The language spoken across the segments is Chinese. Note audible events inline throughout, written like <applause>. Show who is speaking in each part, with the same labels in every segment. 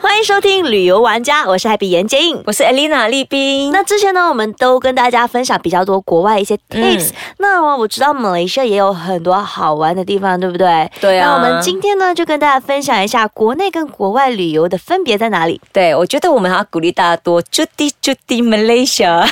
Speaker 1: 欢迎收听《旅游玩家》，我是 Happy 严谨。
Speaker 2: 我是 Elena 丽斌。
Speaker 1: 那之前呢，我们都跟大家分享比较多国外一些 tips、那
Speaker 2: 嗯
Speaker 1: 么我知道马来西亚也有很多好玩的地方，对不对？
Speaker 2: 对啊
Speaker 1: 那我们今天呢，就跟大家分享一下国内跟国外旅游的分别在哪里。 <laughs>
Speaker 2: 对，我觉得我们还要鼓励大家多 Judy Judy Malaysia。
Speaker 1: 啊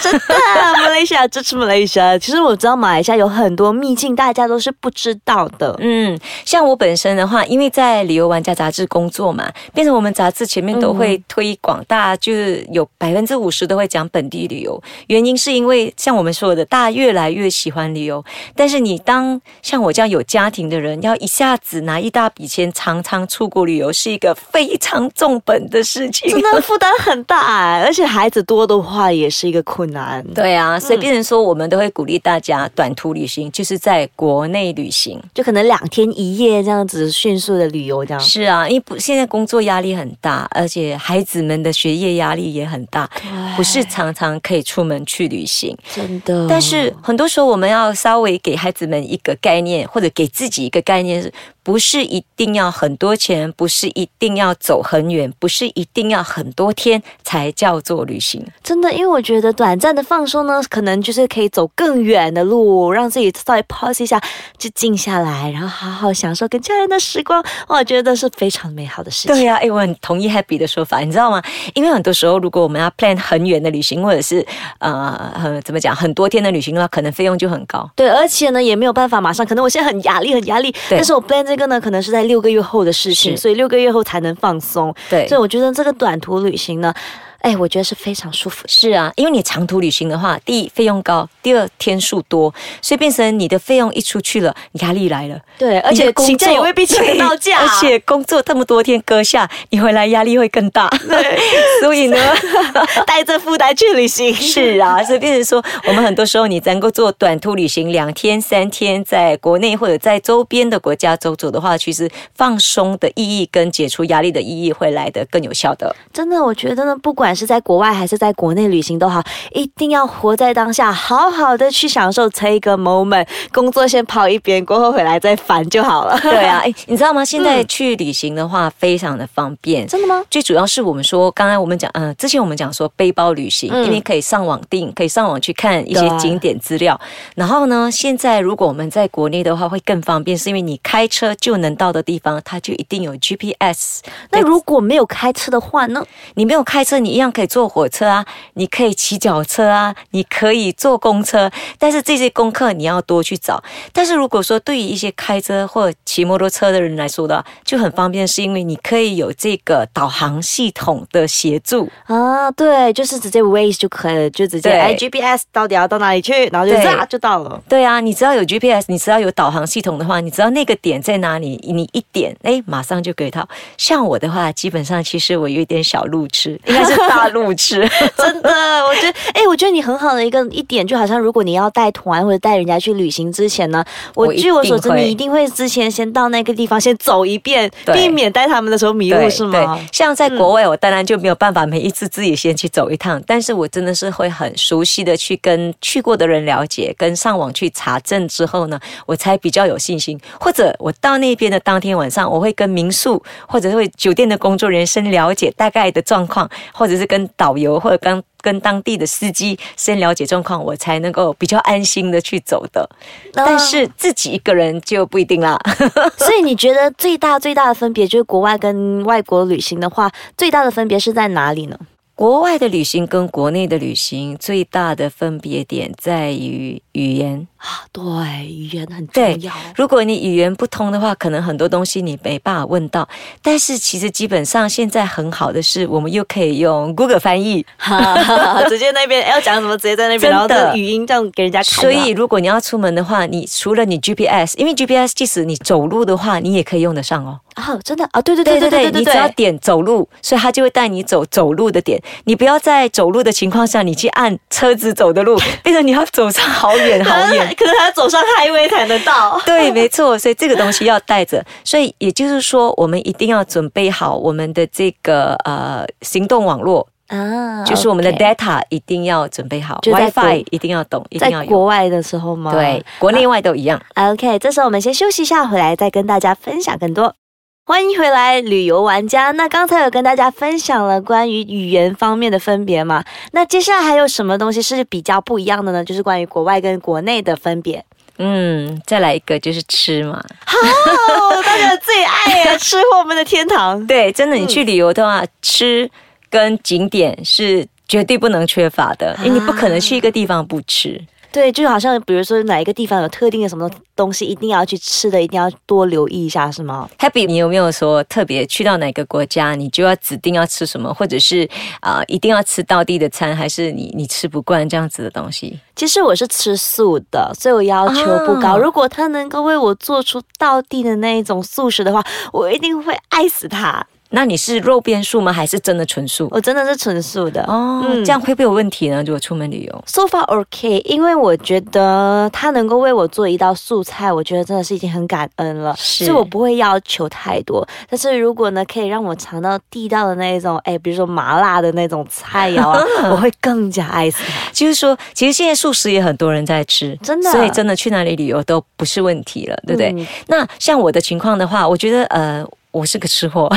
Speaker 1: 马来西亚支持马来西亚。其实我知道马来西亚有很多秘境，大家都是不知道的。
Speaker 2: 嗯，像我本身的话，因为在旅游玩家杂志工作嘛，变成我们杂志前面都会推广大，就是有百分之五十都会讲本地旅游。原因是因为像我们说的，大家越来越喜欢旅游，但是你当像我这样有家庭的人，要一下子拿一大笔钱常常出国旅游，是一个非常重本的事情。
Speaker 1: 真的负担很大哎、而且孩子多的话也是一个困难。
Speaker 2: 对啊，所以变成说，我们都会鼓励大家短途旅行，就是在国内旅行。
Speaker 1: 就可能两天一夜这样子迅速的旅游这样。
Speaker 2: 是啊，因为不现在工作压力很大，而且孩子们的学业压力也很大，不是常常可以出门去旅行。
Speaker 1: 真的
Speaker 2: 但是很多时候，我们要稍微给孩子们一个概念，或者给自己一个概念，是不是一定要很多钱，不是一定要走很远，不是一定要很多天才叫做旅行。
Speaker 1: 真的，因为我觉得短暂的放松呢，可能就是可以走更远的路，让自己稍微 pause 一下，就静下来，然后好好享受跟家人的时光。哇我觉得是非常美好的事情。
Speaker 2: 对呀、哎诶，我很同意 Happy 的说法，你知道吗？因为很多时候，如果我们要 plan 很远的旅行，或者是呃很怎么讲很多天的旅行的话，可能费用就很高。
Speaker 1: 对，而且呢也没有办法马上，可能我现在很压力，很压力。
Speaker 2: 对
Speaker 1: 但是我 plan 这个呢，可能是在六个月后的事情，
Speaker 2: 是
Speaker 1: 所以六个月后才能放松。
Speaker 2: 对
Speaker 1: 所以我觉得这个短途旅行呢，哎，我觉得是非常舒服的。
Speaker 2: 是啊，因为你长途旅行的话，第一费用高，第二天数多，所以变成你的费用一出去了，你压力来了，
Speaker 1: 对，而
Speaker 2: 你
Speaker 1: 且
Speaker 2: 的工
Speaker 1: 请假
Speaker 2: 作
Speaker 1: 也未必请得
Speaker 2: 对
Speaker 1: 到 <laughs> 假，
Speaker 2: <laughs> 而且工作这么多天搁下，你回来压力会更大。对， <laughs> 所以呢，
Speaker 1: 带着负担去旅行。
Speaker 2: 是啊，所以变成说，我们很多时候你能够做短途旅行，两天、三天，在国内或者在周边的国家走走的话，其实放松的意义跟解除压力的意义会来得更有效的。
Speaker 1: 真的，我觉得呢，不管是在国外还是在国内旅行都好，一定要活在当下，好好的去享受 take a moment。工作先跑一边，过后回来再烦就好了。
Speaker 2: 对啊，哎，你知道吗？现在去旅行的话，非常的方便。
Speaker 1: <laughs> 真的吗？
Speaker 2: 最主要是我们说，刚才我们讲，嗯、之前我们讲说背包旅行，
Speaker 1: 嗯
Speaker 2: 因为可以上网订，可以上网去看一些
Speaker 1: 对
Speaker 2: 景点资料。然后呢，现在如果我们在国内的话，会更方便，是因为你开车就能到的地方，它就一定有 GPS。
Speaker 1: 那如果没有开车的话呢？
Speaker 2: 你没有开车，你一样可以坐火车啊，你可以骑脚车啊，你可以坐公车。但是这些功课你要多去找。但是如果说对于一些开车或骑摩托车的人来说的话，就很方便，是因为你可以有这个导航系统的协助。
Speaker 1: 啊，对，就是直接 Waze 就可以了，就直接
Speaker 2: 对
Speaker 1: 哎 GPS 到底要到哪里去，然后就
Speaker 2: 对
Speaker 1: 炸就到了。
Speaker 2: 对啊，你只要有 GPS，你只要有导航系统的话，你知道那个点在哪里，你一点哎，马上就给到。像我的话，基本上其实我有一点小路痴，应该是大路痴。
Speaker 1: <laughs> 真的，我觉得，哎、我觉得你很好的一个一点，就好像如果你要带团或者带人家去旅行之前呢，我
Speaker 2: 我一
Speaker 1: 据我所
Speaker 2: 定
Speaker 1: 知，你
Speaker 2: 会
Speaker 1: 一定会之前先到那个地方先走一遍，
Speaker 2: 对
Speaker 1: 避免带他们的时候迷路，
Speaker 2: 对
Speaker 1: 是
Speaker 2: 对
Speaker 1: 吗？，嗯
Speaker 2: 像在国外，我当然就没有办法每一次自己先去走一趟，但是我真的是会很熟悉的去跟去过的人了解，跟上网去查证之后呢，我才比较有信心。或者我到那边的当天晚上，我会跟民宿或者会酒店的工作人员先了解大概的状况，或者是跟导游或者跟。跟当地的司机先了解状况，我才能够比较安心的去走的。
Speaker 1: 啊
Speaker 2: 但
Speaker 1: <laughs>
Speaker 2: 是自己一个人就不一定啦。
Speaker 1: 所以你觉得最大最大的分别就是国外跟外国旅行的话，最大的分别是在哪里呢？
Speaker 2: 国外的旅行跟国内的旅行最大的分别点在于语言。
Speaker 1: 啊，对，语言很
Speaker 2: 对
Speaker 1: 重要。
Speaker 2: 如果你语言不通的话，可能很多东西你没办法问到。但是其实基本上现在很好的是，我们又可以用 Google 翻译。
Speaker 1: 哈哈哈 <laughs> 直接那边要讲什么，直接在那
Speaker 2: 真
Speaker 1: 边，
Speaker 2: 的
Speaker 1: 然后这语音这样给人家看。
Speaker 2: 所以，如果你要出门的话，你除了你 GPS，因为 GPS 即使你走路的话，你也可以用得上哦。
Speaker 1: 啊，真的啊，对对对对对对对
Speaker 2: 你只要
Speaker 1: 对， <laughs>
Speaker 2: 点走路，所以它就会带你走走路的点。你不要在走路的情况下，你去按车子走
Speaker 1: <laughs>
Speaker 2: 的路，变成你要走上好远好远。
Speaker 1: 可能还要走上 highway 才能到。 <laughs>
Speaker 2: 对，没错，所以这个东西要带着，所以也就是说，我们一定要准备好我们的这个呃行动网络。
Speaker 1: 啊，
Speaker 2: 就是我们的
Speaker 1: OK
Speaker 2: data 一定要准备好
Speaker 1: 就在国
Speaker 2: ，WiFi 一定要懂，一定要
Speaker 1: 在
Speaker 2: 有。
Speaker 1: 国外的时候吗？
Speaker 2: 对，国内外都一样。
Speaker 1: OK，这时候我们先休息一下，回来再跟大家分享更多。欢迎回来，旅游玩家。那刚才有跟大家分享了关于语言方面的分别嘛？那接下来还有什么东西是比较不一样的呢？就是关于国外跟国内的
Speaker 2: <laughs>
Speaker 1: 分别。
Speaker 2: 嗯，再来一个就是吃嘛。
Speaker 1: 哦，大家最爱耶，吃货们的天堂。
Speaker 2: <laughs> 对，真的，你去旅游的话，吃跟景点是绝对不能缺乏的，
Speaker 1: 嗯
Speaker 2: 因为你不可能去一个地方不吃。
Speaker 1: 对，就好像比如说哪一个地方有特定的什么东西，一定要去吃的，一定要多留意一下，是吗？
Speaker 2: Happy，你有没有说特别去到哪个国家，你就要指定要吃什么，或者是啊、呃一定要吃当地的餐，还是你你吃不惯这样子的东西？
Speaker 1: 其实我是吃素的，所以我要求不高。
Speaker 2: 啊
Speaker 1: 如果他能够为我做出到地的那一种素食的话，我一定会爱死他。
Speaker 2: 那你是肉变素吗？还是真的纯素？
Speaker 1: 我真的是纯素的。
Speaker 2: 哦，
Speaker 1: 嗯
Speaker 2: 这样会不会有问题呢？如果出门旅游，
Speaker 1: So far OK，因为我觉得他能够为我做一道素菜，我觉得真的是已经很感恩了。
Speaker 2: 是
Speaker 1: 所以我不会要求太多。但是如果呢，可以让我尝到地道的那一种，哎，比如说麻辣的那种
Speaker 2: <laughs>
Speaker 1: 菜肴啊，我会更加爱死它。
Speaker 2: 就是说，其实现在素食也很多人在吃，
Speaker 1: 真的
Speaker 2: 所以真的去哪里旅游都不是问题了，对不对？
Speaker 1: 嗯
Speaker 2: 那像我的情况的话，我觉得呃，我是个吃
Speaker 1: <laughs>
Speaker 2: 货。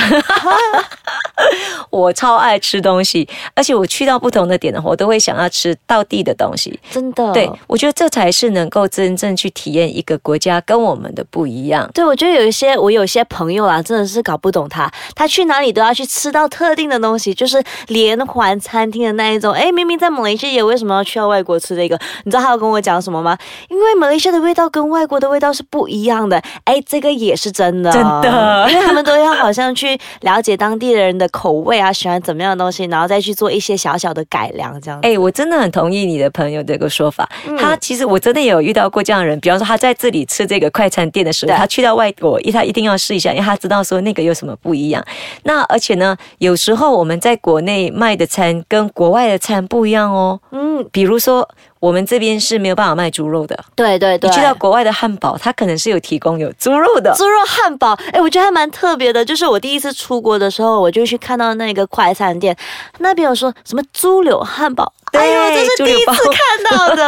Speaker 2: 我超爱吃东西，而且我去到不同的点的话，我都会想要吃到地的东西。
Speaker 1: 真的。
Speaker 2: 对，我觉得这才是能够真正去体验一个国家跟我们的不一样。
Speaker 1: 对，我觉得有一些我有些朋友啊，真的是搞不懂他，他去哪里都要去吃到特定的东西，就是连环餐厅的那一种。哎，明明在马来西亚，为什么要去到外国吃这个？你知道他有跟我讲什么吗？因为马来西亚的味道跟外国的味道是不一样的。哎，这个也是真的，
Speaker 2: 真的
Speaker 1: 因为
Speaker 2: <laughs>
Speaker 1: 他们都要好像去了解当地的人的口味啊，喜欢怎么样的东西，然后再去做一些小小的改良，这样子。
Speaker 2: 哎、我真的很同意你的朋友这个说法。
Speaker 1: 嗯
Speaker 2: 他其实我真的有遇到过这样的人，比方说他在这里吃这个快餐店的时候，
Speaker 1: 对
Speaker 2: 他去到外国，一他一定要试一下，因为他知道说那个有什么不一样。那而且呢，有时候我们在国内卖的餐跟国外的餐不一样哦。
Speaker 1: 嗯，
Speaker 2: 比如说，我们这边是没有办法卖猪肉的，
Speaker 1: 对对对，
Speaker 2: 你去到国外的汉堡，它可能是有提供有猪肉的。
Speaker 1: 猪肉汉堡，哎，我觉得还蛮特别的。就是我第一次出国的时候，我就去看到那个快餐店，那边有说什么猪柳汉堡，
Speaker 2: 对
Speaker 1: 哎呦，这是
Speaker 2: 猪
Speaker 1: 第
Speaker 2: 柳
Speaker 1: 一
Speaker 2: 包
Speaker 1: 次看
Speaker 2: <laughs>
Speaker 1: 到的。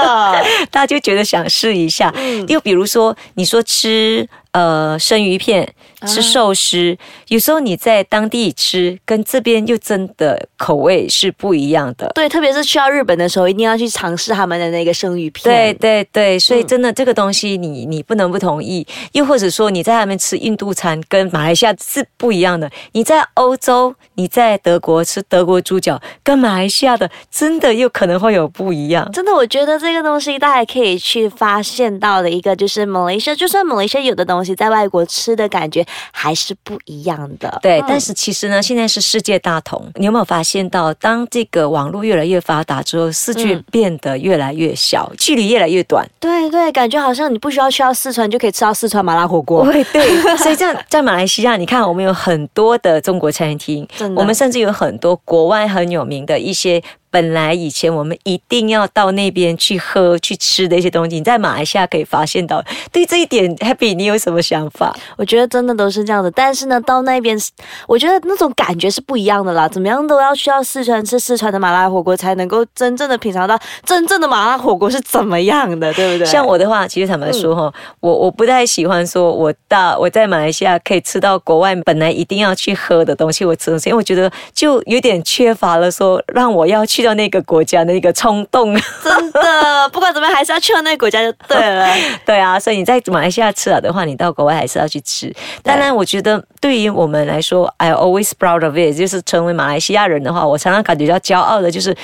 Speaker 2: 大家就觉得想试一下。又比如说，你说吃呃生鱼片、吃寿司，有时候你在当地吃，跟这边又真的口味是不一样的。
Speaker 1: 对，特别是去到日本的时候，一定要去尝试他们的那个生鱼
Speaker 2: 对
Speaker 1: 片。
Speaker 2: 对对，所以
Speaker 1: 嗯
Speaker 2: 真的这个东西你，你不能不同意。又或者说，你在那边吃印度餐跟马来西亚是不一样的。你在欧洲，你在德国吃德国猪脚，跟马来西亚的真的又可能会有不一样。
Speaker 1: 真的，我觉得这个东西大家可以去发现到的一个，就是马来西亚，就算马来西亚有的东西在外国吃的感觉还是不一样的。
Speaker 2: 对
Speaker 1: 嗯，
Speaker 2: 但是其实呢，现在是世界大同。你有没有发现到，当这个网络越来越发达之后，世界
Speaker 1: 嗯
Speaker 2: 变得越来越小，距离越来越短？
Speaker 1: 对对，感觉好像你不需要去到四川就可以吃到四川麻辣火锅。
Speaker 2: 对对， <laughs> 所以这样在马来西亚，你看我们有很多的中国餐厅
Speaker 1: 真，的
Speaker 2: 我们甚至有很多国外很有名的一些。本来以前我们一定要到那边去喝、去吃的一些东西，你在马来西亚可以发现到。对这一点，Happy，你有什么想法？
Speaker 1: 我觉得真的都是这样的，但是呢，到那边是，我觉得那种感觉是不一样的啦。怎么样都要去到四川吃四川的麻辣火锅，才能够真正的品尝到真正的麻辣火锅是怎么样的，对不对？ <laughs>
Speaker 2: 像我的话，其实坦白说哈、我我不太喜欢说我到我在马来西亚可以吃到国外本来一定要去喝的东西，我吃东西，因为我觉得就有点缺乏了说让我要去到那个国家的一个冲动。 <laughs>
Speaker 1: 真的，不管怎么样，还是要去到那个国家就对了。
Speaker 2: 对啊，所以你在马来西亚吃了啊的话，你到国外还是要去吃。当然，我觉得对于我们来说，I always proud of it，就是成为马来西亚人的话，我常常感觉到骄傲的就是。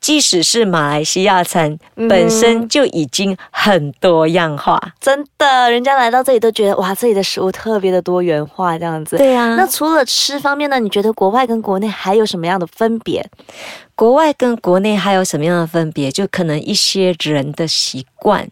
Speaker 2: 即使是马来西亚餐本身就已经很多样化，
Speaker 1: <laughs> 真的，人家来到这里都觉得哇，这里的食物特别的多元化，这样子。
Speaker 2: 对啊
Speaker 1: 那除了吃方面呢，你觉得国外跟国内还有什么样的分别？
Speaker 2: 国外跟国内还有什么样的分别？就可能一些人的习惯。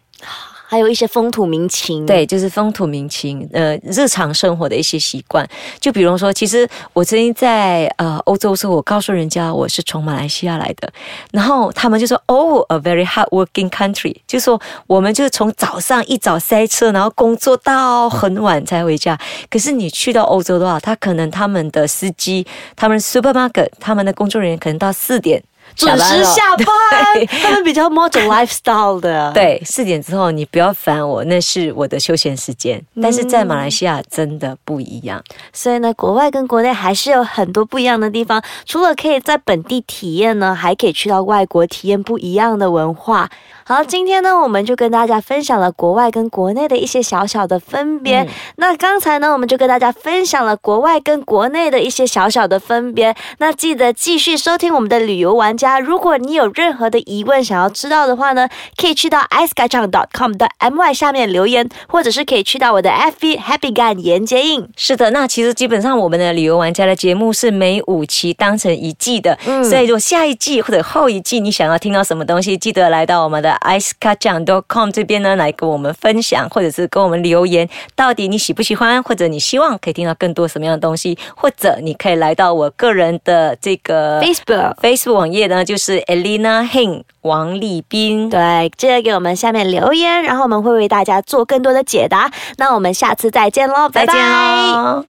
Speaker 1: 还有一些风土民情。，
Speaker 2: 对，就是风土民情，呃，日常生活的一些习惯。就比如说，其实我曾经在呃欧洲的时候，我告诉人家我是从马来西亚来的，然后他们就说，Oh, a very hard working country，就说我们就是从早上一早塞车，然后工作到很晚才回家。可是你去到欧洲的话，他可能他们的司机、他们 supermarket、他们的工作人员可能到四点。
Speaker 1: 准时下班，他们比较 modern lifestyle 的。，
Speaker 2: 对，四点之后你不要烦我，那是我的休闲时间。但是在马来西亚真的不一样，
Speaker 1: 所以呢，国外跟国内还是有很多不一样的地方。除了可以在本地体验呢，还可以去到外国体验不一样的文化。好，今天呢，我们就跟大家分享了国外跟国内的一些小小的分别。那刚才呢，我们就跟大家分享了国外跟国内的一些小小的分别。那记得继续收听我们的旅游玩家。如果你有任何的疑问想要知道的话呢，可以去到 i c e g a c h a n g c o m 的 my 下面留言，或者是可以去到我的 FB Happy Gan 严接应。
Speaker 2: 是的，那其实基本上我们的旅游玩家的节目是每五期当成一季的，所以如果下一季或者后一季你想要听到什么东西，记得来到我们的 icekajang.com 这边呢来跟我们分享，或者是跟我们留言，到底你喜不喜欢，或者你希望可以听到更多什么样的东西，或者你可以来到我个人的这个
Speaker 1: Facebook
Speaker 2: Facebook 网页呢，就是 Elena Heng 王立斌。
Speaker 1: 对，记得给我们下面留言，然后我们会为大家做更多的解答。那我们下次再见喽，
Speaker 2: 再
Speaker 1: 拜
Speaker 2: 见
Speaker 1: 拜
Speaker 2: 喽！